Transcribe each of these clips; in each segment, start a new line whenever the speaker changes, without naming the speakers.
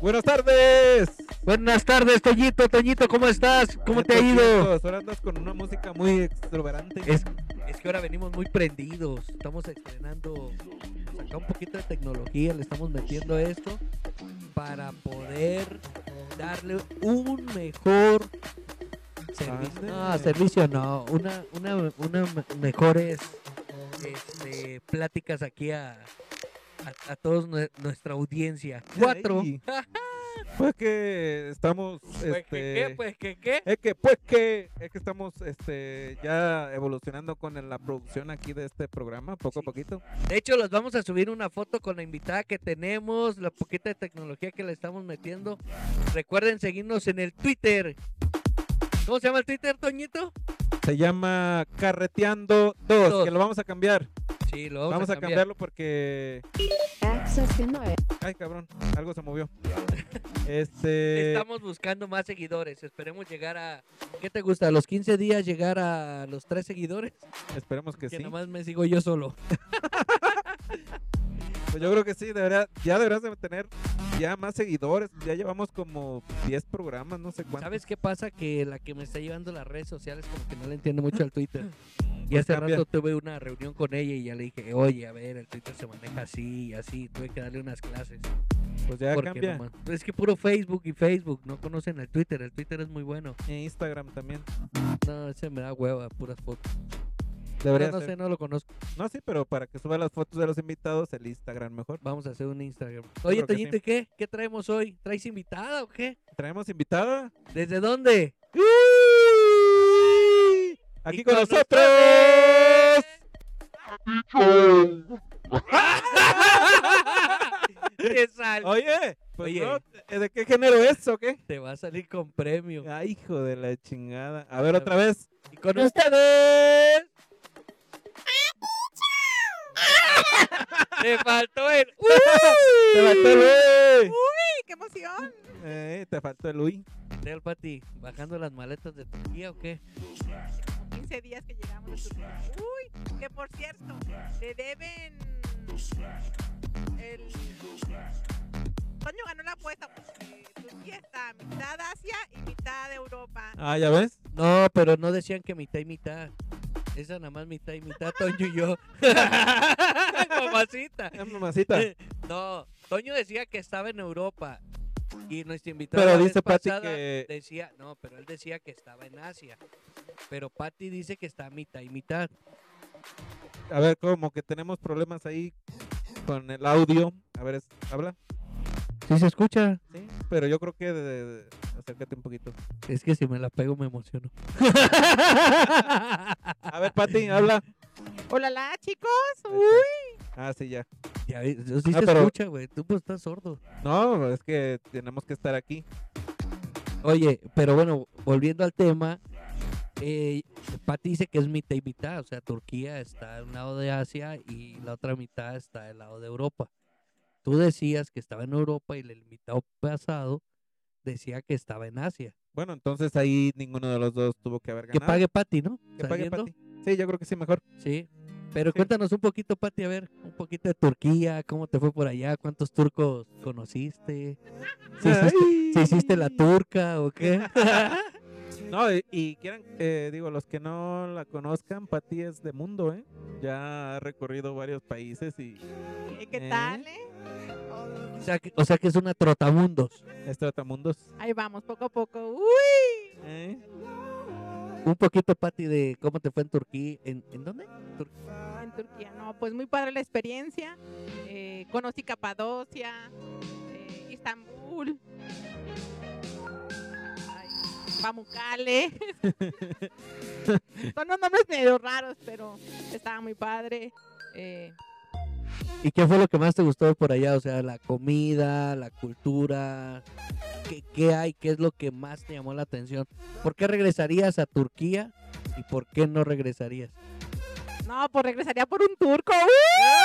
Buenas tardes.
Buenas tardes, Toñito, Toñito, ¿cómo estás? ¿Cómo te ha ido?
Ahora andas con una música muy exuberante.
Es, es que ahora venimos muy prendidos, estamos estrenando, acá un poquito de tecnología, le estamos metiendo a esto para poder darle un mejor servicio. No, servicio no, una, una, una mejores este, pláticas aquí a, a, a todos nue- nuestra audiencia. Cuatro.
Ey. Pues que estamos.
Pues que
Este,
qué, pues que qué.
Es que, pues que, es que estamos este, ya evolucionando con el- la producción aquí de este programa, poco a
Sí.
poquito.
De hecho, les vamos a subir una foto con la invitada que tenemos, la poquita de tecnología que le estamos metiendo. Recuerden seguirnos en el Twitter. ¿Cómo se llama el Twitter, Toñito?
Se llama Carreteando 2,
Dos.
que lo vamos a cambiar.
Sí, lo
Vamos, a, cambiarlo porque.
Accessing it.
Ay, cabrón, algo se movió. Este.
Estamos buscando más seguidores. Esperemos llegar a. ¿Qué te gusta? ¿A los 15 días llegar a los 3 seguidores?
Esperemos que,
Que
sí.
nomás me sigo yo solo.
Pues yo creo que sí, debería, ya deberás de tener ya más seguidores. Ya llevamos como 10 programas, no sé cuántos.
¿Sabes qué pasa? Que la que me está llevando las redes sociales como que no le entiende mucho al Twitter. Y hace
Pues cambia.
rato tuve una reunión con ella y ya le dije, oye, a ver, el Twitter se maneja así y así. Tuve que darle unas clases.
Pues ya
porque
cambia.
nomás- Es que puro Facebook y Facebook, no conocen el Twitter. El Twitter es muy bueno.
En Instagram también.
No, ese me da hueva, puras fotos.
Debería
Yo no sé,
ser.
no lo conozco.
No, sí, pero para que suba las fotos de los invitados, el Instagram mejor.
Vamos a hacer un Instagram.
creo
Oye,
que
Toñito,
sí.
¿y ¿qué? ¿Qué traemos hoy? ¿Traes invitada o qué?
¿Traemos invitada?
¿Desde dónde?
Aquí
Y
con
con
nosotros.
¡Te sal-
Oye, pues
Oye.
no, eh, ¿de qué género es o qué?
Te va a salir con premio.
Ay, hijo de la chingada. A ver, otra vez.
Y con ustedes.
¡Ah,
Te faltó el.
¡Uh! Te faltó el Luis.
¡Qué emoción!
Eh, te faltó el Luis.
Del Pati, bajando las maletas de Turquía o qué?
15 días que llegamos a Turquía. Uy, que por cierto, le deben. El. Toño ganó la apuesta porque Turquía está mitad Asia y mitad de Europa.
Ah, ¿ya ves?
No, pero no decían que mitad y mitad. Esa nada más mitad y mitad, Toño y yo. Mamacita.
Eh, mamacita.
No, Toño decía que estaba en Europa. Y nuestro invitado
Pero
la vez
dice Pati
pasada
que...
decía, no, pero él decía que estaba en Asia. Pero Pati dice que está mitad y mitad.
A ver, como que tenemos problemas ahí con el audio. A ver, es- habla.
Sí se escucha.
Sí, pero yo creo que... de- de- acércate un poquito.
Es que si me la pego me emociono.
A ver, Pati, habla.
Hola, la chicos.
Ahí
Uy,
está. Ah, sí, ya.
Ya ves, sí
Ah,
se
pero-
escucha, güey. Tú pues estás sordo.
No, es que tenemos que estar aquí.
Oye, pero bueno, volviendo al tema, eh, Pati dice que es mitad y mitad, o sea, Turquía está de un lado de Asia y la otra mitad está del lado de Europa. Tú decías que estaba en Europa y el invitado pasado decía que estaba en Asia.
Bueno, entonces ahí ninguno de los dos tuvo que haber
Que
ganado.
pague Pati, ¿no?
Que pague
Saliendo,
Pati. Sí, yo creo que sí, mejor.
Sí. Pero
Sí.
cuéntanos un poquito, Pati, a ver, un poquito de Turquía, cómo te fue por allá, cuántos turcos conociste, si hiciste, si hiciste la turca o qué.
No, y, y quieran, eh, digo, los que no la conozcan, Pati es de mundo, ¿eh? Ya ha recorrido varios países y
¿y ¿qué
Eh.
tal, eh?
o, sea, que, o sea que es una trotamundos.
es tratamundos.
Ahí vamos, poco a poco. Uy,
¿eh?
Un poquito, Pati, de cómo te fue en Turquía. ¿En, en dónde?
en Turquía. No, pues muy padre la experiencia. Eh, conocí Capadocia, eh, Istambul. ay, Pamukkale. Son unos nombres medio raros, pero estaba muy padre. Eh,
¿Y qué fue lo que más te gustó por allá? O sea, la comida, la cultura. ¿Qué, qué hay? ¿Qué es lo que más te llamó la atención? ¿Por qué regresarías a Turquía y por qué no regresarías?
no, pues regresaría por un turco. ¡Uh!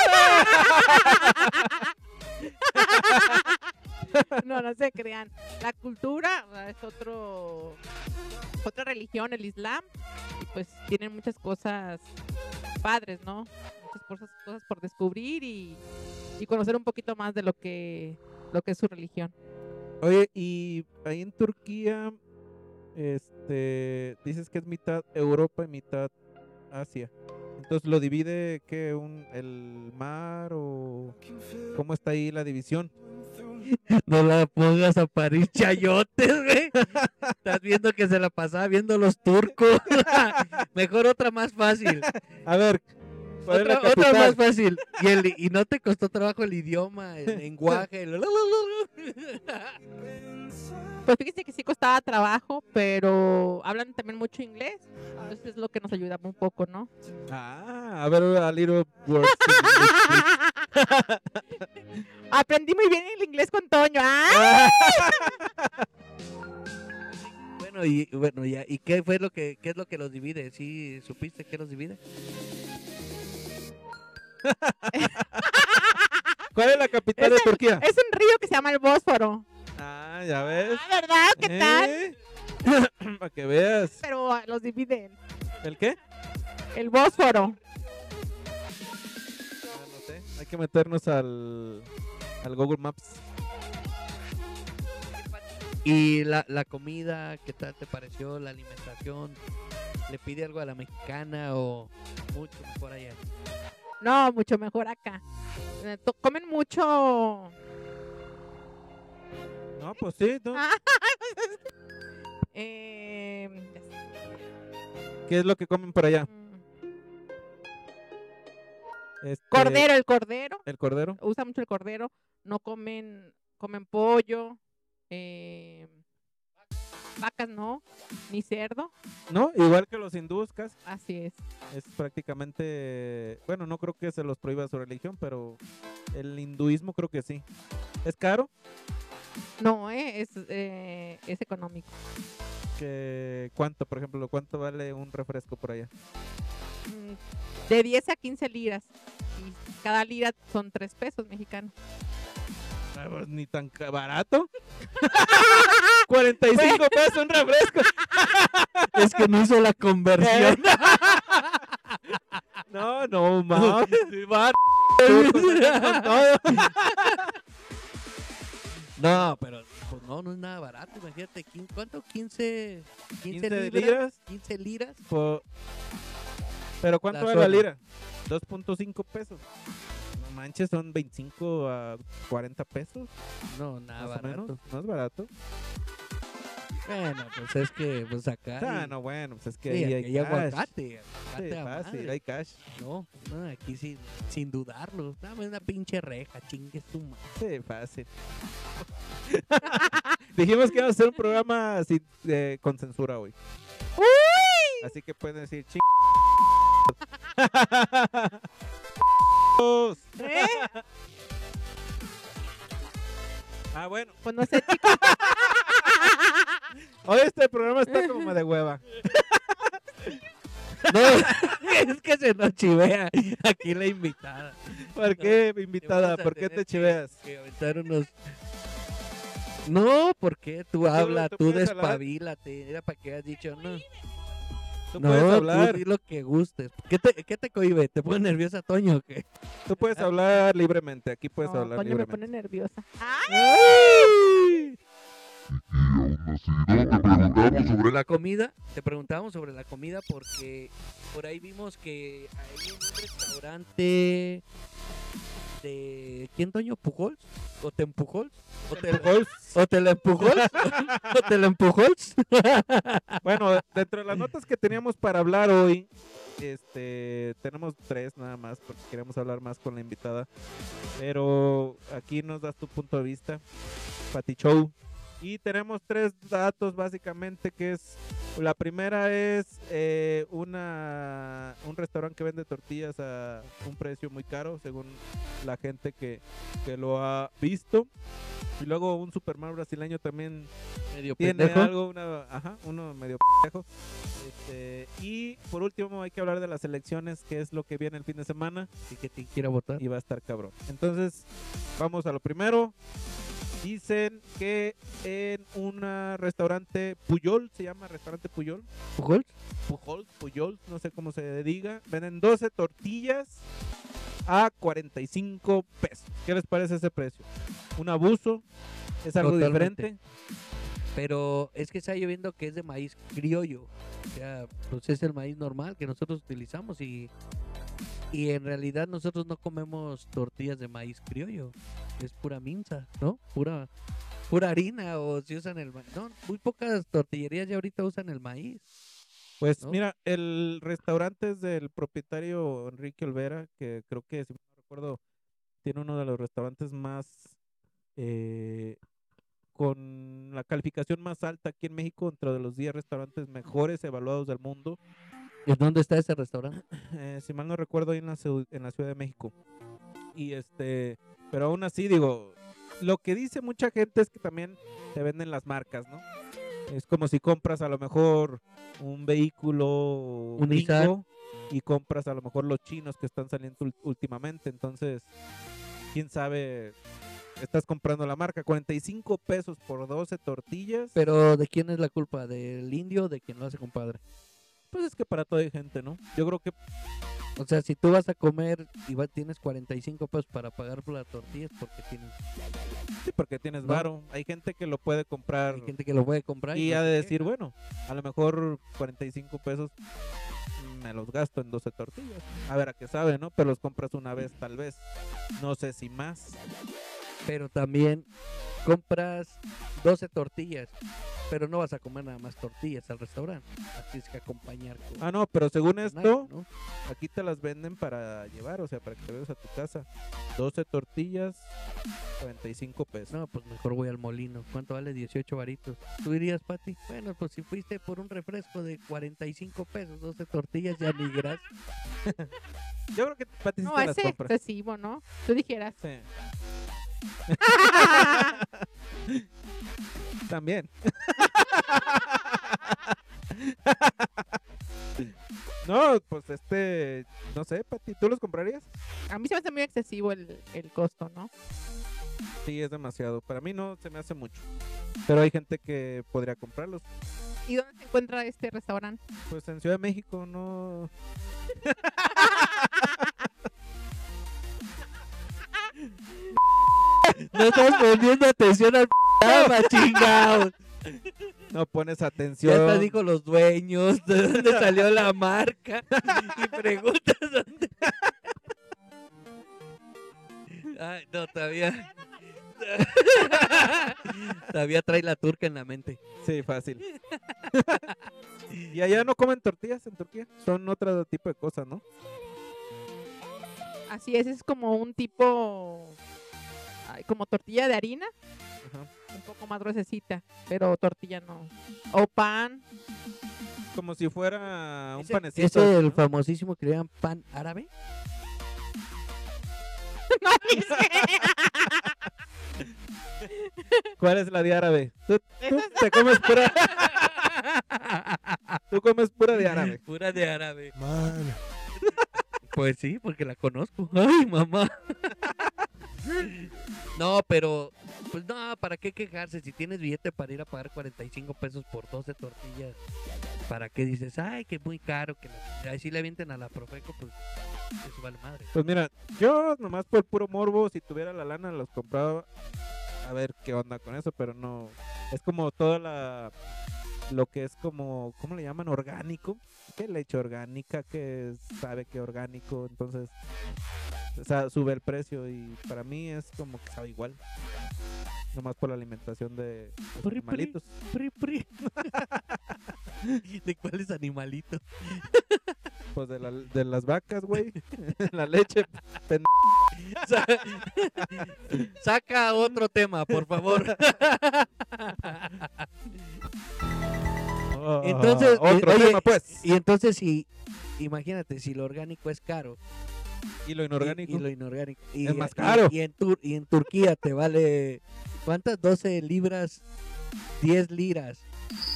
No, no se crean. La cultura o sea, es otro, otra religión, el Islam. Y pues tienen muchas cosas padres, ¿no? Muchas cosas, cosas por descubrir y, y conocer un poquito más de lo que, lo que es su religión.
Oye, y ahí en Turquía, este, dices que es mitad Europa y mitad Asia. Entonces lo divide que un el mar o cómo está ahí la división.
No la pongas a parir chayotes, güey. Estás viendo que se la pasaba viendo los turcos. Mejor otra más fácil.
A ver, ¿cuál es la
Otra, otra
capital?
más fácil. Y, el- y no te costó trabajo el idioma, el lenguaje. el-
Pues fíjense que sí costaba trabajo, pero hablan también mucho inglés. Entonces es lo que nos ayudaba un poco, ¿no?
Ah, a ver, a little words in English, please.
Aprendí muy bien el inglés con Toño. ¡Ah!
Bueno, y bueno, ya. ¿Y qué fue lo que qué es lo que los divide? ¿Sí supiste qué los divide?
¿Cuál es la capital de
Esa- eh,
Turquía?
Es un río que se llama el Bósforo.
Ah, ya ves.
Ah, ¿verdad?
¿Eh?
¿Qué tal?
Para que veas.
Pero ah, los dividen.
¿El qué?
El Bósforo.
Ah, no sé. Hay que meternos al, al Google Maps.
Y la, la comida, ¿qué tal te pareció? La alimentación, ¿le pide algo a la mexicana o mucho mejor allá?
No, mucho mejor acá. Eh, to- Comen mucho
No, pues sí, ¿no?
Ah. eh, ya sé,
¿Qué es lo que comen por allá?
mm,
Este,
cordero, el cordero.
El cordero.
Usa mucho el cordero. No comen, comen pollo. eh, vacas no, ni cerdo.
No, igual que los hindúes casi.
Así es.
Es prácticamente. Bueno, no creo que se los prohíba su religión, pero el hinduismo creo que sí. ¿Es caro?
No, eh, es, eh, es económico.
que ¿Cuánto, por ejemplo? ¿Cuánto vale un refresco por allá?
Mm, De 10 a 15 liras. Y cada lira son 3 pesos mexicanos.
Ah, pues, Ni tan ca- barato. 45 pesos un refresco.
Es que no hizo la conversión.
No, no, mames.
no, pero pues no, no es nada barato. Imagínate, ¿quin- ¿cuánto? 15, 15,
15
libras,
liras.
15 liras.
po- Pero ¿cuánto
La
vale la
soda.
lira? 2.5 pesos. No manches, son 25 a 40 pesos.
No, nada
más o
Ah, barato.
menos. No es barato.
Bueno, pues es que pues acá.
Ah,
hay-
no, bueno, pues es que
sí,
ahí
aquí
hay,
hay
cash.
aguacate.
Sí,
aguacate a
fácil,
madre.
hay cash.
No, no, aquí sin, sin dudarlo. Dame una pinche reja, chingue tu madre.
Sí, fácil. Dijimos que íbamos a hacer un programa sin, eh, con censura hoy. Así que pueden decir ching.
¿Eh?
ah, bueno.
Pues no sé, chicos.
Hoy este programa está como de hueva.
No, es que se nos chivea aquí la invitada.
¿Por qué, invitada?
Vamos a
¿Por qué
tener
te
que-
chiveas?
que aventar unos- No, porque tú habla,
tú
tú
puedes hablar.
despabilate. Era para que has dicho, no.
Tú
no,
puedes hablar,
tú di lo que gustes. ¿Qué te, qué te cohibe? ¿Te pone nerviosa, Toño? o qué?
tú puedes
Ah.
hablar libremente. Aquí puedes
No,
hablar
Toño me pone
libremente.
nerviosa. ¡Ay!
¡Ay!
No, te preguntamos sobre la
La comida, te preguntábamos sobre la comida porque por ahí vimos que hay un restaurante de. ¿Quién, Toño? ¿Pujols? ¿O te empujols? ¿O te, ¿O te la empujols? ¿O te la empujols?
Bueno, dentro de las notas que teníamos para hablar hoy, este, tenemos tres nada más porque queremos hablar más con la invitada. Pero aquí nos das tu punto de vista, Pati Show. Y tenemos tres datos básicamente que es, la primera es eh, una, un restaurante que vende tortillas a un precio muy caro según la gente que, que lo ha visto. Y luego un Superman brasileño también
Medio
tiene
pendejo.
algo, una, ajá, uno medio pendejo. Este, y por último hay que hablar de las elecciones, que es lo que viene el fin de semana
Así que te quiera votar.
y va a estar cabrón. Entonces, vamos a lo primero. Dicen que en un restaurante Puyol, se llama restaurante Puyol,
¿Pujols?
Pujol, Puyol, no sé cómo se diga, venden 12 tortillas a 45 pesos. ¿Qué les parece ese precio? ¿Un abuso? ¿Es algo
Totalmente.
diferente?
Pero es que está lloviendo que es de maíz criollo. O sea, pues es el maíz normal que nosotros utilizamos y, y en realidad nosotros no comemos tortillas de maíz criollo. Es pura minza, ¿no? Pura, pura harina o si usan el maíz. No, muy pocas tortillerías ya ahorita usan el maíz.
Pues
¿no?
mira, el restaurante es del propietario Enrique Olvera, que creo que, si no recuerdo, tiene uno de los restaurantes más eh, con la calificación más alta aquí en México, dentro de los 10 restaurantes mejores evaluados del mundo.
¿En dónde está ese restaurante?
eh, si mal no recuerdo, ahí en la, ciu- en la Ciudad de México. Y este, pero aún así, digo, lo que dice mucha gente es que también te venden las marcas, ¿no? Es como si compras a lo mejor un vehículo
Un Nissan.
gringo y compras a lo mejor los chinos que están saliendo ul- últimamente. Entonces, quién sabe, estás comprando la marca. 45 pesos por 12 tortillas.
Pero ¿de quién es la culpa? ¿Del indio o de quien lo hace, compadre?
Pues es que para toda hay gente, ¿no? Yo creo que
O sea, si tú vas a comer y va- tienes 45 pesos para pagar por las tortillas porque tienes
sí, porque tienes
No.
varo. Hay gente que lo puede comprar.
hay gente que lo puede comprar.
Y
no
ha
se
de
queja.
decir, bueno, a lo mejor 45 pesos me los gasto en 12 tortillas. A ver a qué sabe, ¿no? Pero los compras una vez, tal vez. No sé si más.
pero también compras 12 tortillas, pero no vas a comer nada más tortillas al restaurante. Así es que acompañar con,
Ah, no, pero según
con algo,
esto,
¿no?
aquí te las venden para llevar, o sea, para que te vayas a tu casa. 12 tortillas, 45 pesos.
No, pues mejor voy al molino. ¿Cuánto vale 18 varitos? ¿Tú dirías, Pati? Bueno, pues si fuiste por un refresco de 45 pesos, 12 tortillas, ya ni gracias.
Yo creo que Pati sí
No,
te las
ese es
compra.
excesivo, ¿no? Tú dijeras.
Sí, también. No, pues este, no sé, Pati, ¿tú los comprarías?
A mí se me hace muy excesivo el, el costo, ¿no?
Sí, es demasiado. Para mí no se me hace mucho. Pero hay gente que podría comprarlos.
¿Y dónde se encuentra este restaurante?
Pues en Ciudad de México no.
No estás poniendo atención al programa, chingados.
No pones
Ya
atención.
hasta dijo los dueños, de dónde salió la marca. Y preguntas dónde. Ay, no, todavía. todavía trae la turca en la mente.
Sí, fácil. y allá no comen tortillas en Turquía. Son otro tipo de cosas, ¿no?
Así es, es como un tipo. ay, como tortilla de harina,
Ajá.
un poco más gruesecita, pero tortilla no. O pan.
Como si fuera un
Ese-
panecito.
Ese del
¿no?
famosísimo que le llaman pan árabe.
No dice.
¿Cuál es la de árabe? Tú, tú te comes pura, tú comes pura de árabe.
Pura de árabe.
Man.
Pues sí, porque la conozco. Ay, mamá. No, pero, pues no, ¿para qué quejarse? Si tienes billete para ir a pagar 45 pesos por 12 tortillas, ¿para qué dices, ay, que es muy caro? Que la... Ahí sí le avienten a la Profeco, pues eso vale madre.
Pues mira, yo nomás por puro morbo, si tuviera la lana, los compraba. A ver qué onda con eso, pero no. Es como toda la. Lo que es como. ¿Cómo le llaman? Orgánico. Que leche orgánica, que sabe que orgánico. Entonces. O sea, sube el precio y para mí es como que sabe igual. Nomás por la alimentación de los
Pri, pri.
animalitos.
Pri, pri. ¿De cuáles animalitos?
Pues de, la- de las vacas, güey. la leche.
Sa- Saca otro tema, por favor. Entonces,
Ah, otro
eh, oye,
tema, pues.
Y entonces, si, imagínate, si lo orgánico es caro,
Y lo
y-
inorgánico.
Y, lo inorgánico. Y,
Es más
y-
caro.
Y, en Tur- y en Turquía te vale. ¿Cuántas? 12 libras, 10 liras.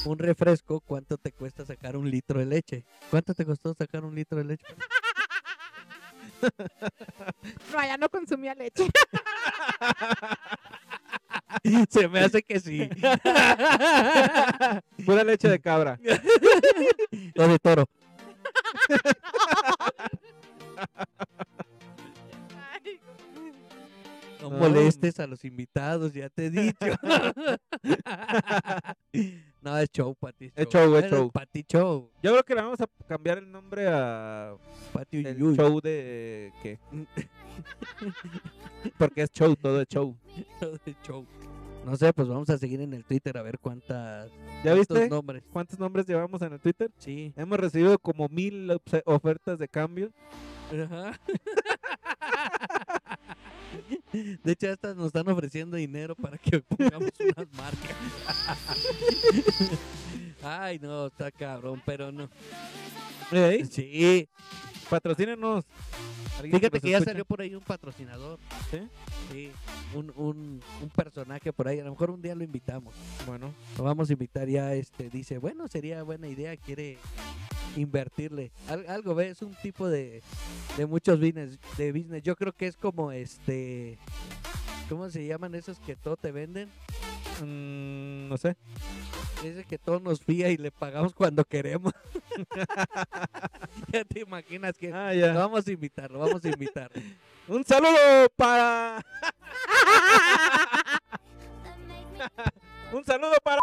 Un refresco, ¿cuánto te cuesta sacar un litro de leche? ¿Cuánto te costó sacar un litro de leche?
No, allá no consumía leche.
Se me hace que sí.
Pura leche de cabra.
o de toro.
Ah.
molestes a los invitados, ya te he dicho. no, es show, Pati.
Es show, es
Eres
show.
Pati Show.
Yo creo que le vamos a cambiar el nombre a
Pati
el
Uyuy.
show de qué. Porque es show, todo es show.
de show. No sé, pues vamos a seguir en el Twitter a ver cuántas
¿Ya
cuántos
viste
nombres.
cuántos nombres llevamos en el Twitter?
Sí.
Hemos recibido como mil obse- ofertas de cambio.
Ajá. De hecho, estas nos están ofreciendo dinero para que pongamos unas marcas. Ay, no, está cabrón, pero no.
Ey,
Sí.
Patrocínenos. Alguien
Fíjate
nos
que ya
escucha.
salió por ahí un patrocinador.
¿Sí?
Sí. Un, un, un personaje por ahí. A lo mejor un día lo invitamos.
Bueno,
Lo vamos a invitar ya, este, dice, bueno, sería buena idea, quiere invertirle. Al- algo, ¿ves? Es un tipo de, de muchos business, de business. Yo creo que es como este, ¿cómo se llaman esos que todo te venden?
mm, no sé.
Ese que todo nos fía y le pagamos cuando queremos. ya te imaginas que...
Ah,
Lo
ya.
vamos a invitar, lo vamos a invitar.
Un saludo para. Un saludo para.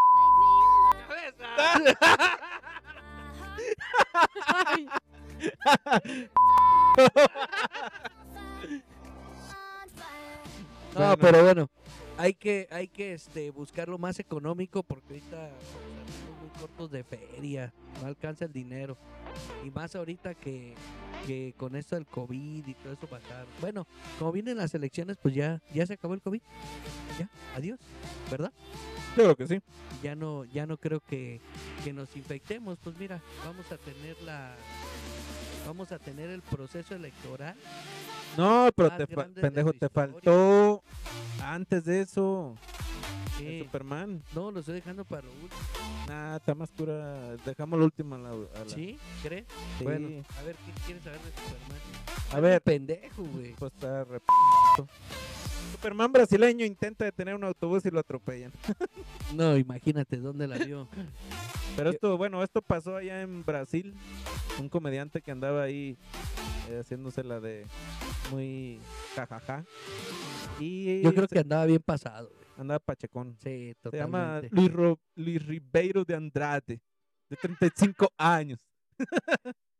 Ay,
No,
Bueno.
pero bueno, hay que, hay que este, buscar lo más económico porque ahorita estamos muy cortos de feria, no alcanza el dinero. Y más ahorita que, que con esto del COVID y todo eso bajar. Bueno, como vienen las elecciones, pues ya, ya se acabó el COVID. Ya, adiós, ¿verdad?
Yo creo que sí.
Ya no, ya no creo que, que nos infectemos. Pues mira, vamos a tener la vamos a tener el proceso electoral.
No, pero
Más
te fa-
grande de
pendejo,
su
te
historia.
faltó antes de eso.
que-
El Superman.
no, lo estoy dejando para lo último.
Nah, está más pura. Dejamos lo último a la. a la-
¿Sí? ¿Crees?
Sí.
Bueno, a ver, ¿qué quieres saber de Superman?
A ver,
pendejo, güey.
pues está re... Superman brasileño intenta detener un autobús y lo atropellan.
No, imagínate dónde la vio.
Pero esto, bueno, esto pasó allá en Brasil. Un comediante que andaba ahí eh, haciéndose la de muy jajaja. Y
Yo creo
se-
que andaba bien pasado. güey.
andaba pachecón.
Sí,
Se llama
totalmente.
Luis, Ro- Luis Ribeiro de Andrade, de 35 años.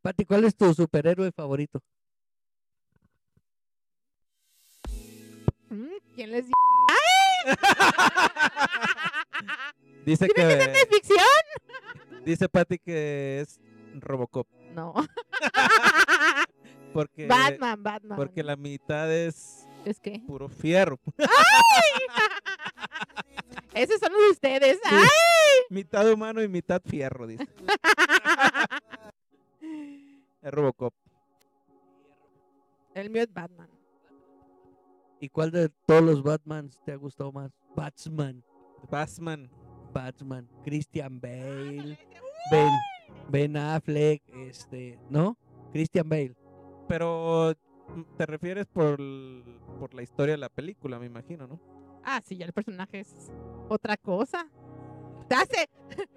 Pati, ¿cuál es tu superhéroe favorito?
mm, ¿Quién les dice?
Dice que
ficción?
dice Patty que es Robocop
No.
porque
Batman, Batman.
porque la mitad es
¿Es qué?
puro fierro,
Esos son los de ustedes.
Sí. mitad humano y mitad fierro, dice.
¡Ay!
Es Robocop.
El mío es Batman.
¿Y cuál de todos los Batmans te ha gustado más? Batman,
Batman.
Batman, Christian Bale, Ben, Ben Affleck, este, ¿no? Christian Bale.
Pero mm, te refieres por, l- por la historia de la película, me imagino, ¿no?
Ah, sí, ya el personaje es otra cosa. Te hace.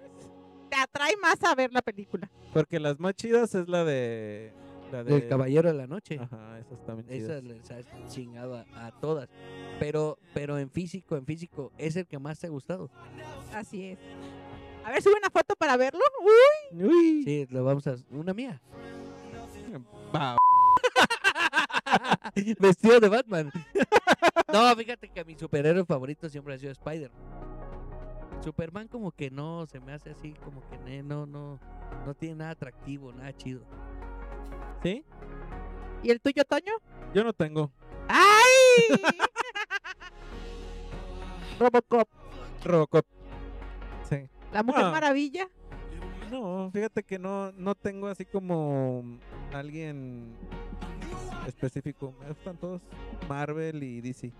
Te atrae más a ver la película.
Porque las más chidas es la de la de
Del Caballero de la Noche.
Ajá, esas también
Esas
chidas.
les has chingado a, a todas. Pero, pero en físico, en físico, es el que más te ha gustado.
Así es. A ver, sube una foto para verlo. Uh, Uy,
Uy.
Sí, lo vamos a. Una mía.
Va,
Vestido de Batman. no, fíjate que mi superhéroe favorito siempre ha sido Spider-Man. Superman como que no, se me hace así, como que ne- no, no, no tiene nada atractivo, nada chido.
¿Sí?
¿Y el tuyo, Toño?
Yo no tengo.
¡Ay!
Robocop. Robocop. Sí.
La Mujer
Ah.
Maravilla.
No, fíjate que no, no tengo así como alguien específico. Me gustan todos. Marvel y DC.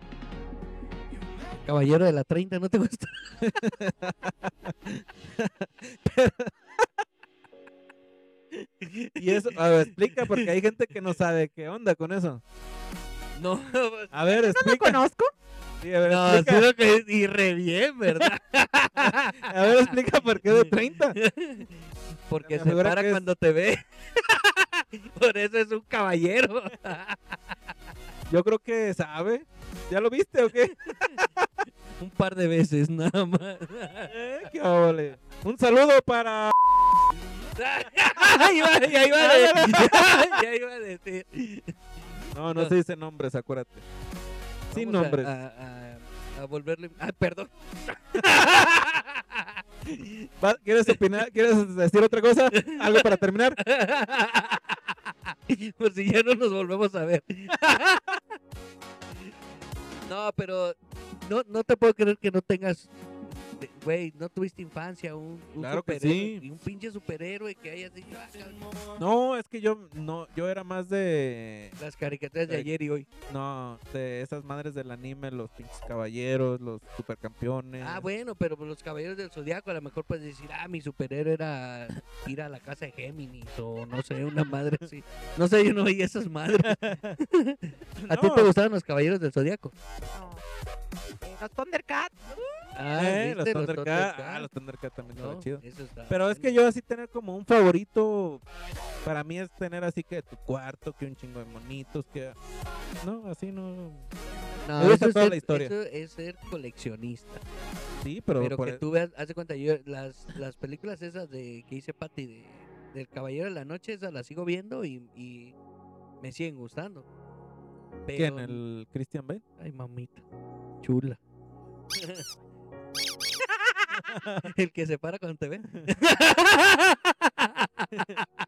Caballero de la 30, ¿no te gusta?
Y eso, a ver, explica, porque hay gente que no sabe qué onda con eso.
No,
A ver,
¿Lo
explica.
conozco?
Sí, a ver,
no,
explica.
sino que y re bien, ¿verdad?
A ver, explica por qué de 30.
Porque
Me
se
figura
para
que es-
cuando te ve. Por eso es un caballero.
Yo creo que sabe. ¿Ya lo viste o qué?
Un par de veces nada más.
Eh, qué ole. Un saludo para.
ahí va, ya iba a decir. ya iba a decir.
No, no se dice nombres, acuérdate. Sin
Vamos a-
nombres.
A, a- a volverle. Ah, perdón.
Va- ¿Quieres opinar? ¿Quieres decir otra cosa? ¿Algo para terminar?
Por Pues si ya no nos volvemos a ver. No, pero no, no te puedo creer que no tengas. de- Güey, no tuviste infancia, un, un
Claro que
superhéroe,
sí.
y un pinche superhéroe que hayas dicho "Ah, cabrón,
No, es que yo no, yo era más de.
las caricaturas de
Cari-
ayer y hoy.
No, de esas madres del anime, los pinches caballeros, los supercampeones.
Ah, bueno, pero los caballeros del zodiaco a lo mejor puedes decir, ah, mi superhéroe era ir a la casa de Géminis o no sé, una madre así. No sé, yo no veía esas madres. ¿A ti
No.
te gustaban los caballeros del zodiaco?
No. Eh, los Thundercats.
Ah,
Eh, los
¿viste? Los
Thundercats.
Thundercats.
Ah, los Thundercats también
No,
estaban chidos.
eso está
Pero es que
bueno.
yo así tener como un favorito, para mí es tener así que tu cuarto, que un chingo de monitos, que... No, así no...
No,
me gusta
eso es
toda
ser-
la historia.
Eso es ser coleccionista.
Sí, pero...
Pero
por e
que
el-
tú veas, haz de cuenta, yo las, las películas esas de que hice Patty de, del Caballero de la Noche, esas las sigo viendo y, y me siguen gustando. Pero,
¿Quién? ¿El Christian Bale?
Ay, mamita. Chula. El que se para cuando te ve.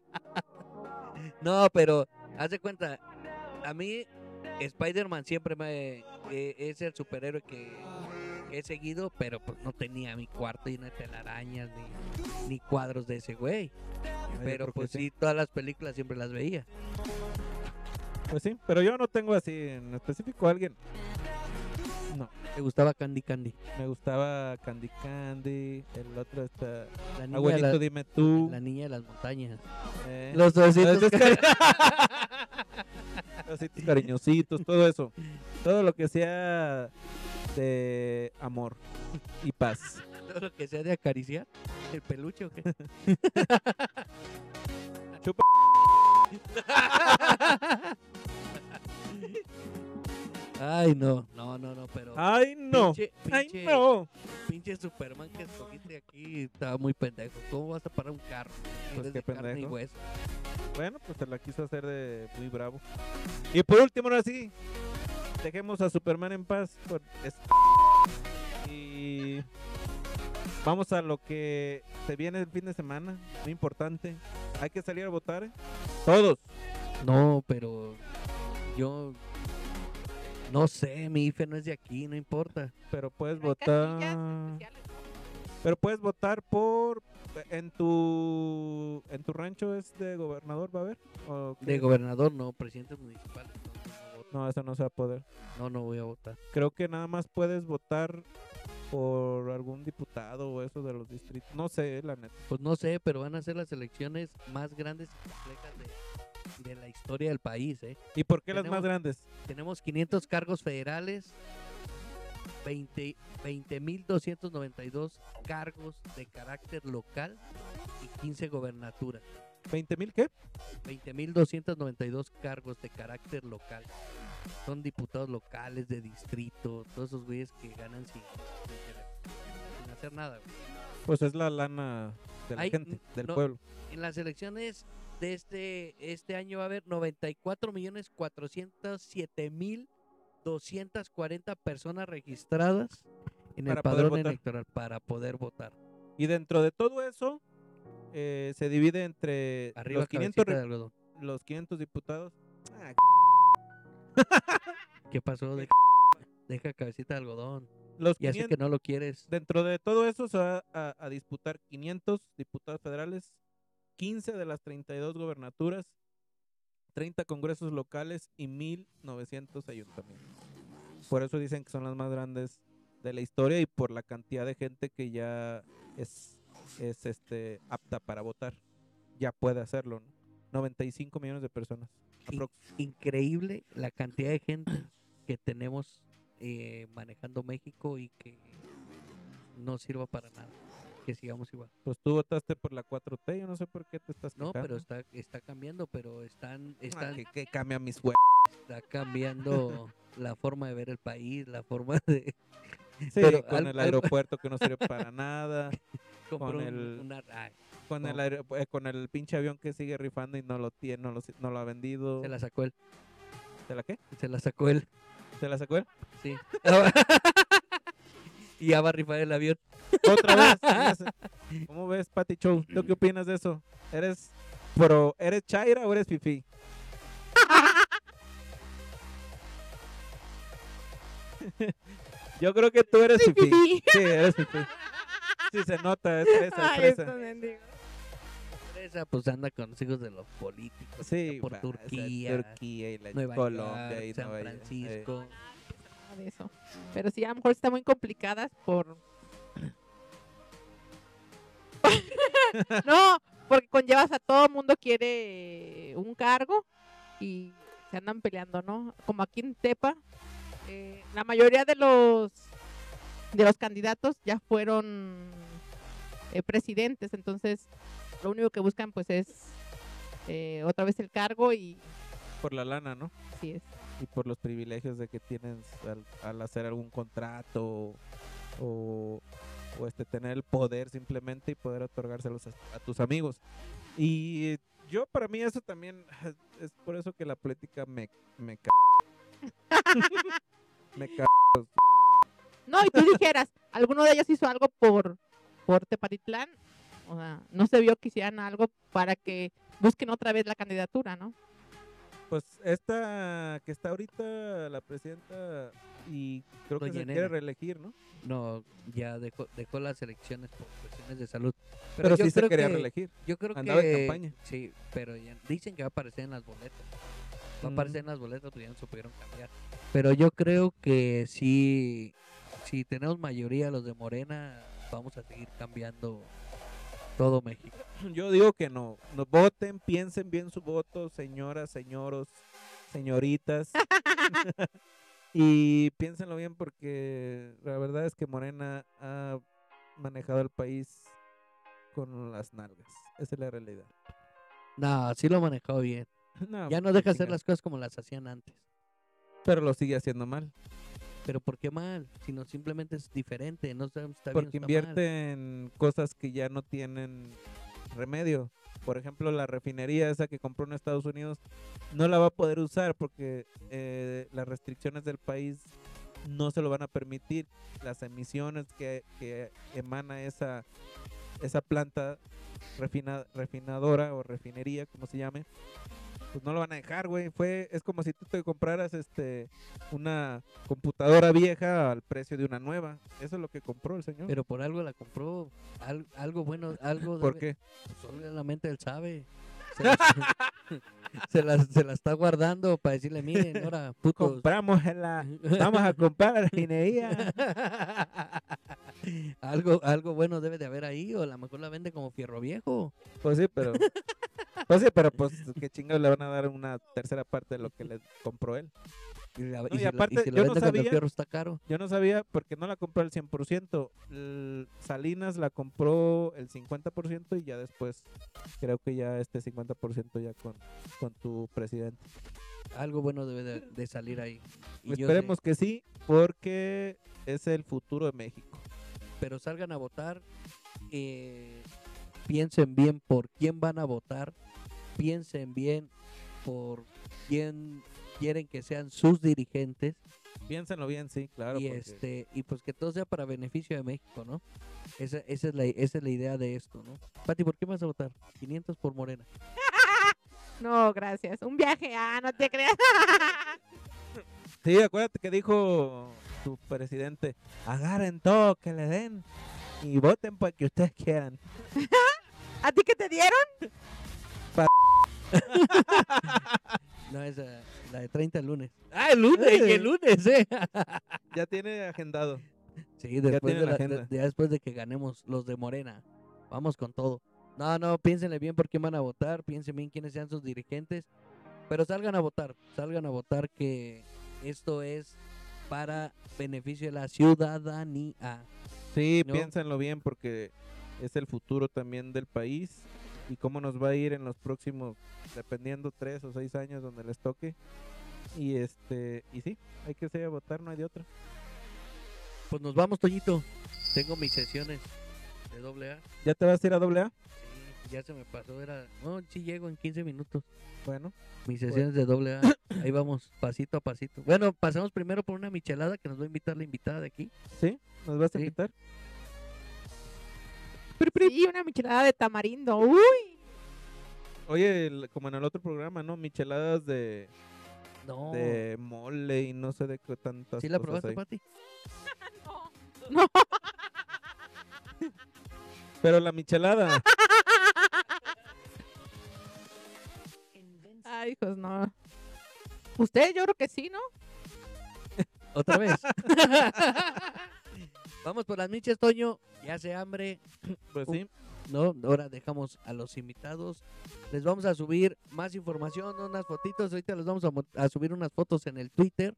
No, pero haz de cuenta, a mí Spider-Man siempre me, eh, es el superhéroe que he seguido, pero pues no tenía mi cuarto lleno de telarañas ni, ni cuadros de ese güey.
Ah, yo creo
Pero
que
pues sí, todas las películas siempre las veía.
Pues sí, pero yo no tengo así en específico a alguien.
Me gustaba Candy Candy.
Me gustaba Candy Candy, el otro está...
La niña, de
Abuelito,
la-
dime tú.
la niña de las montañas.
eh,
Los ositos.
Los así tus cariñositos, todo eso. Todo lo que sea de amor y paz.
Todo lo que sea de acariciar. El peluche o qué.
Chupa.
Ay, no. No, no, no, pero.
¡Ay, Ah, no!
Pinche,
¡Ay,
pinche-
no!
pinche Superman que escogiste aquí estaba muy pendejo. ¿Cómo vas a parar un carro? Eres
Pues qué
de carne y
pendejo.
hueso.
Bueno, pues se la quiso hacer de muy bravo. Y por último, ahora sí, dejemos a Superman en paz. por es- Y vamos a lo que se viene el fin de semana, muy importante. Hay que salir a votar, ¿eh? Todos.
No, pero yo no sé, mi IFE no es de aquí, no importa.
Pero puedes
Pero hay casillas
votar.
especiales.
Pero puedes votar por en tu en tu rancho es de gobernador va a haber ¿O
De
qué?
gobernador no, presidente municipal.
No, eso no se va a poder.
No, no, no voy a votar.
Creo que nada más puedes votar por algún diputado o eso de los distritos. No sé, la neta.
Pues no sé, pero van a ser las elecciones más grandes y complejas de, de la historia del país. ¿eh?
¿Y por qué las más
Tenemos-
grandes?
Tenemos 500 cargos federales, 20 20.292 cargos de carácter local y 15 gobernaturas.
¿20 mil qué?
20.292 cargos de carácter local. Son diputados locales de distrito, todos esos güeyes que ganan sin, sin- sin hacer nada. güey.
Pues es la lana de la
Ay,
gente,
n-
del
no.
pueblo.
En las elecciones de este, este año va a haber 94.407.240 personas registradas en el
Para poder
padrón
votar.
electoral para poder votar.
Y dentro de todo eso eh, se divide entre
Arriba
los 500
cabecita de
rep-
algodón.
los 500 diputados. Ah,
¿Qué pasó? Deja, deja cabecita de algodón.
los
Ya sé
500
que no lo quieres.
Dentro de todo eso se va a, a disputar 500 diputados federales, 15 de las 32 gobernaturas, 30 congresos locales y 1.900 ayuntamientos. Por eso dicen que son las más grandes de la historia y por la cantidad de gente que ya es, es este, apta para votar. Ya puede hacerlo, ¿no? 95 millones de personas.
Y-
aprox.
increíble la cantidad de gente que tenemos eh, manejando México y que no sirva para nada. Que sigamos igual.
Pues tú votaste por la 4T, yo no sé por qué te estás
No,
quejando.
pero está, está cambiando, pero están,
Ah,
están,
que, que cambia mis hue-
está cambiando la forma de ver el país, la forma de
Sí,
Pero
con
al-
el
al-
aeropuerto que no sirve para nada,
comprar
Con
un-
el-
una- ay,
con el,
Oh.
aeropu- eh, con el pinche avión que sigue rifando y no lo tiene, no lo, si- no lo ha vendido.
se la sacó él,
¿Te la qué?
se la sacó él,
¿Te la sacó él?
sí. y ya va a rifar el avión.
Otra vez. ya sé. ¿Cómo ves, Patty Chow? ¿Tú qué opinas de eso? ¿Eres pro, eres Chaira o eres Fifi? Yo creo que tú eres Fifi.
Fifi.
Sí, eres Fifi. Sí, se nota, es fresa,
Ay,
es fresa.
estos mendigos.
Esa pues anda con los hijos de los políticos.
Sí,
pues, por
va, o sea,
Turquía,
Turquía y la
Nueva
Colombia
York,
y
San
Nueva York, eh.
Francisco.
nada de eso. Pero sí, a lo mejor están muy complicadas por... no, porque conllevas a todo mundo quiere un cargo y se andan peleando, ¿no? Como aquí en Tepa, eh, la mayoría de los de los candidatos ya fueron eh, presidentes, entonces lo único que buscan pues es eh, otra vez el cargo y
por la lana, ¿no?
así es.
Y por los privilegios de que tienes al, al hacer algún contrato o, o este tener el poder simplemente y poder otorgárselos a, a tus amigos. Y yo para mí eso también es por eso que la política me me c me c
No, y tú dijeras, alguno de ellos hizo algo por, por Tepatitlán. O sea, no se vio que hicieran algo para que busquen otra vez la candidatura, ¿no?
Pues esta que está ahorita la presidenta y creo que
Doña
se
Elena.
quiere reelegir, ¿no?
No, ya dejó, dejó las elecciones por cuestiones de salud.
Pero,
yo
sí se
creo
quería
que-
reelegir.
Yo creo
Andaba
que
de campaña.
Sí, pero ya- dicen que va a aparecer en las boletas. Va a
Mm.
aparecer en las boletas, pero ya no se pudieron cambiar. Pero yo creo que si, si tenemos mayoría los de Morena, vamos a seguir cambiando todo México.
Yo digo que no. no. Voten, piensen bien su voto, señoras, señoros, señoritas. y piénsenlo bien porque la verdad es que Morena ha manejado el país con las nalgas. Esa es la realidad.
No, sí lo ha manejado bien.
No,
Ya no
pues,
deja
la
hacer
chingada.
las cosas como las hacían antes.
Pero lo sigue haciendo mal.
Pero ¿por qué mal? Si no simplemente es diferente, no sabemos si está bien o
porque
está mal.
invierte en cosas que ya no tienen remedio. Por ejemplo, la refinería esa que compró en Estados Unidos no la va a poder usar porque eh, las restricciones del país no se lo van a permitir. Las emisiones que, que emana esa, esa planta refina- refinadora o refinería, como se llame, pues no lo van a dejar, güey. Fue, es como si tú te compraras este una computadora vieja al precio de una nueva. Eso es lo que compró el señor.
Pero por algo la compró. al- algo bueno, algo
¿Por
debe-
qué?
Pues, Solamente él sabe. Se la, se la- se la está guardando para decirle, miren, ahora, putos.
Compramos en la. Vamos a comprar la refinería.
algo, algo bueno debe de haber ahí, o a lo mejor la vende como fierro viejo.
Pues sí, pero. Pues sí, pero pues qué chingados le van a dar una tercera parte de lo que le compró él.
Y, la-
No,
y
y
si la- y
aparte,
si la
yo no
vende cuando el
sabía.
fierro está caro.
Yo no sabía porque no la compró el 100%. El Salinas la compró el 50% y ya después creo que ya este 50% ya con, con tu presidente.
Algo bueno debe de, de salir ahí. Y yo
Esperemos que sí porque es el futuro de México.
sé, pero salgan a votar. eh, piensen bien por quién van a votar. Piensen bien por quién quieren que sean sus dirigentes.
Piénsenlo bien, sí, claro.
y
porque-
este y pues que todo sea para beneficio de México, ¿no? Esa, esa, es, la, esa es la idea de esto, ¿no? Pati, ¿por qué vas a votar? 500 por Morena.
No, gracias. Un viaje, ah, no te creas.
Sí, acuérdate que dijo tu presidente, agarren todo que le den y voten para que ustedes quieran.
¿A ti qué te dieron?
No, esa, la de 30 el lunes.
Ah, el
¡Ey, el lunes, eh!
Ya tiene agendado.
Sí, después
tiene
de,
la
la-
agenda.
de- ya después de que ganemos los de Morena. Vamos con todo. No, no, piénsenle bien por quién van a votar, piensen bien quiénes sean sus dirigentes, pero salgan a votar, salgan a votar que esto es para beneficio de la ciudadanía.
Sí,
¿No?
piénsenlo bien porque es el futuro también del país y cómo nos va a ir en los próximos, dependiendo tres o seis años donde les toque. Y este, y sí, hay que salir a votar, no hay de otra.
Pues nos vamos, Toñito. Tengo mis sesiones de doble A.
¿Ya te vas a ir a doble A?
Sí, ya se me pasó. Era. No, sí llego en 15 minutos.
Bueno,
Mis sesiones de doble A. Ahí vamos, pasito a pasito. Bueno, pasamos primero por una michelada que nos va a invitar la invitada de aquí.
sí, nos vas a
Sí.
invitar.
Sí, una michelada de tamarindo. Uy,
Oye, el- como en el otro programa, ¿no? Micheladas de,
No.
de mole y no sé de qué tantas
¿Sí la
cosas
probaste,
hay.
Pati?
Pero la michelada,
ay, hijos, no. Usted, yo creo que sí, ¿no?
Otra vez. vamos por las miches, Toño. Ya se hambre.
pues
Uh.
sí.
No, ahora dejamos a los invitados. Les vamos a subir más información, unas fotitos. Ahorita les vamos a, mo- a subir unas fotos en el Twitter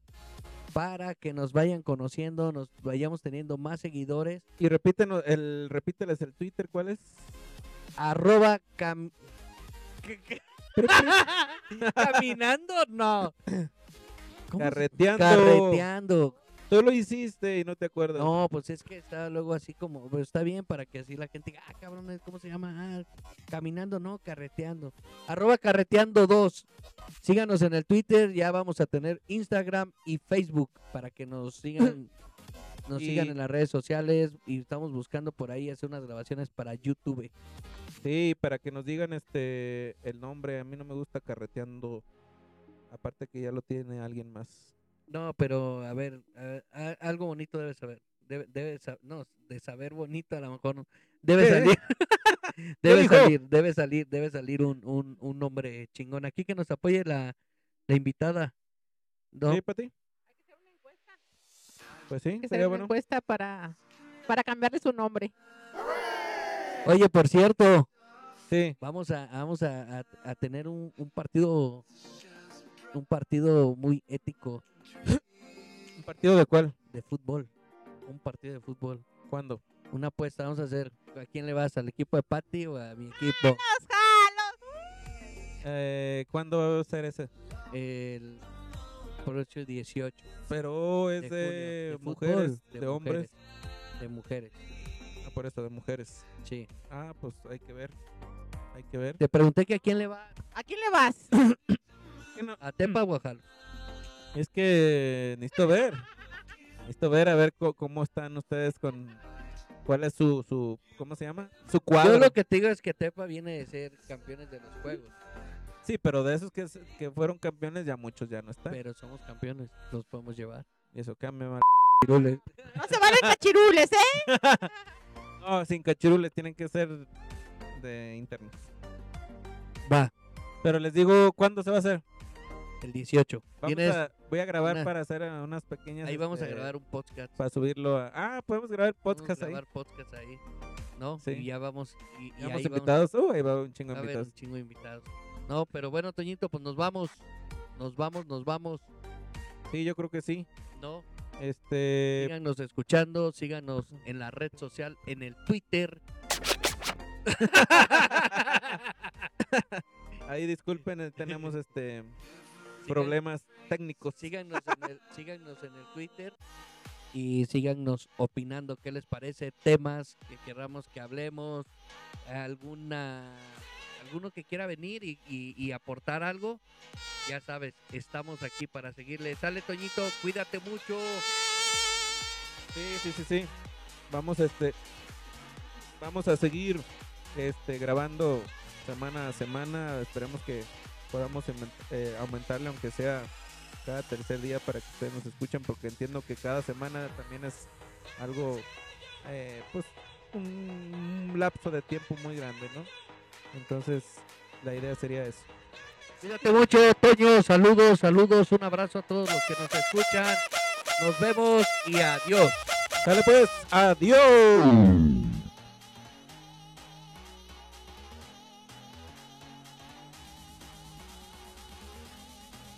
para que nos vayan conociendo, nos vayamos teniendo más seguidores.
Y repítenos, el, repíteles el Twitter, ¿cuál es?
Arroba cam- caminando, no. ¿Cómo se-
Carreteando.
Carreteando.
Tú lo hiciste y no te acuerdas.
No, pues es que está luego así como, pero está bien para que así la gente diga, ah, cabrón, ¿cómo se llama? Ah, caminando, no, carreteando. Arroba carreteando 2. Síganos en el Twitter, ya vamos a tener Instagram y Facebook para que nos sigan, nos
Y-
sigan en las redes sociales y estamos buscando por ahí hacer unas grabaciones para YouTube.
Sí, para que nos digan este el nombre, a mí no me gusta carreteando. Aparte que ya lo tiene alguien más.
No, pero a ver, a- a- algo bonito debes saber. Debe, debe sa- no, de saber bonito a lo mejor no. Debe
¿Qué?
salir. debe
dijo?
salir, debe salir, debe salir un, un, un hombre chingón. Aquí que nos apoye la, la invitada. ¿no?
¿Sí, Pati? Pues sí,
Que se
sería
haga una
bueno.
encuesta para, para cambiarle su nombre.
Oye, por cierto,
Sí,
vamos a, vamos a, a- a tener un, un partido, un partido muy ético
¿un partido de cuál?
de fútbol. Un partido de fútbol.
¿Cuándo?
Una apuesta, vamos a hacer. ¿A quién le vas? ¿Al equipo de Patty o a mi equipo?
Eh, ¿Cuándo va a ser ese?
el próximo 18
Pero
de
es de,
junio, fútbol,
mujeres, de, hombres.
mujeres, de mujeres
Ah, por eso, de mujeres.
sí
Ah, pues hay que ver. Hay que ver.
te pregunté que a quién le va
¿A quién le vas?
a Tepa o a Jalo?
Es que necesito ver. Necesito ver a ver co- cómo están ustedes con. ¿Cuál es su. su ¿Cómo se llama? Su cuadro.
yo lo que te digo es que Tepa viene de ser campeones de los juegos
Ah. Sí, pero de esos que, se- que fueron campeones ya muchos ya no están.
pero somos campeones los podemos llevar
Y eso cambia mal.
No se valen cachirules, ¿eh?
No, sin cachirules tienen que ser de internet.
va
Pero les digo, ¿cuándo se va a hacer?
el 18
Vamos
Vienes-
a- voy a grabar
una-
para hacer eh, unas pequeñas.
ahí vamos a
este,
grabar un podcast
Para subirlo a. Ah, podemos grabar
Vamos a
podcast ahí.
grabar podcast ahí no
Sí.
y ya vamos y, y
Llevamos
ahí vamos-
invitados. Uh, ahí va un chingo de
Va a haber
invitados.
un chingo de invitados no pero bueno Toñito pues nos vamos nos vamos nos vamos
Sí, yo creo que sí.
no
Este.
Síganos escuchando, síganos en la red social, en el Twitter.
Ahí disculpen, eh, tenemos este problemas técnicos.
Síganos en, el, síganos en el Twitter y síganos opinando qué les parece, temas que queramos que hablemos, alguna alguno que quiera venir y, y- y aportar algo, ya sabes, estamos aquí para seguirle. Sale Toñito, cuídate mucho.
Sí, sí, sí, sí. Vamos este vamos a seguir este grabando semana a semana, esperemos que podamos aument- eh, aumentarle aunque sea cada tercer día para que ustedes nos escuchen porque entiendo que cada semana también es algo eh, pues un lapso de tiempo muy grande, ¿no? Entonces, la idea sería eso.
Cuídate mucho, Toño. Saludos, saludos. Un abrazo a todos los que nos escuchan. Nos vemos y adiós.
Dale pues, adiós.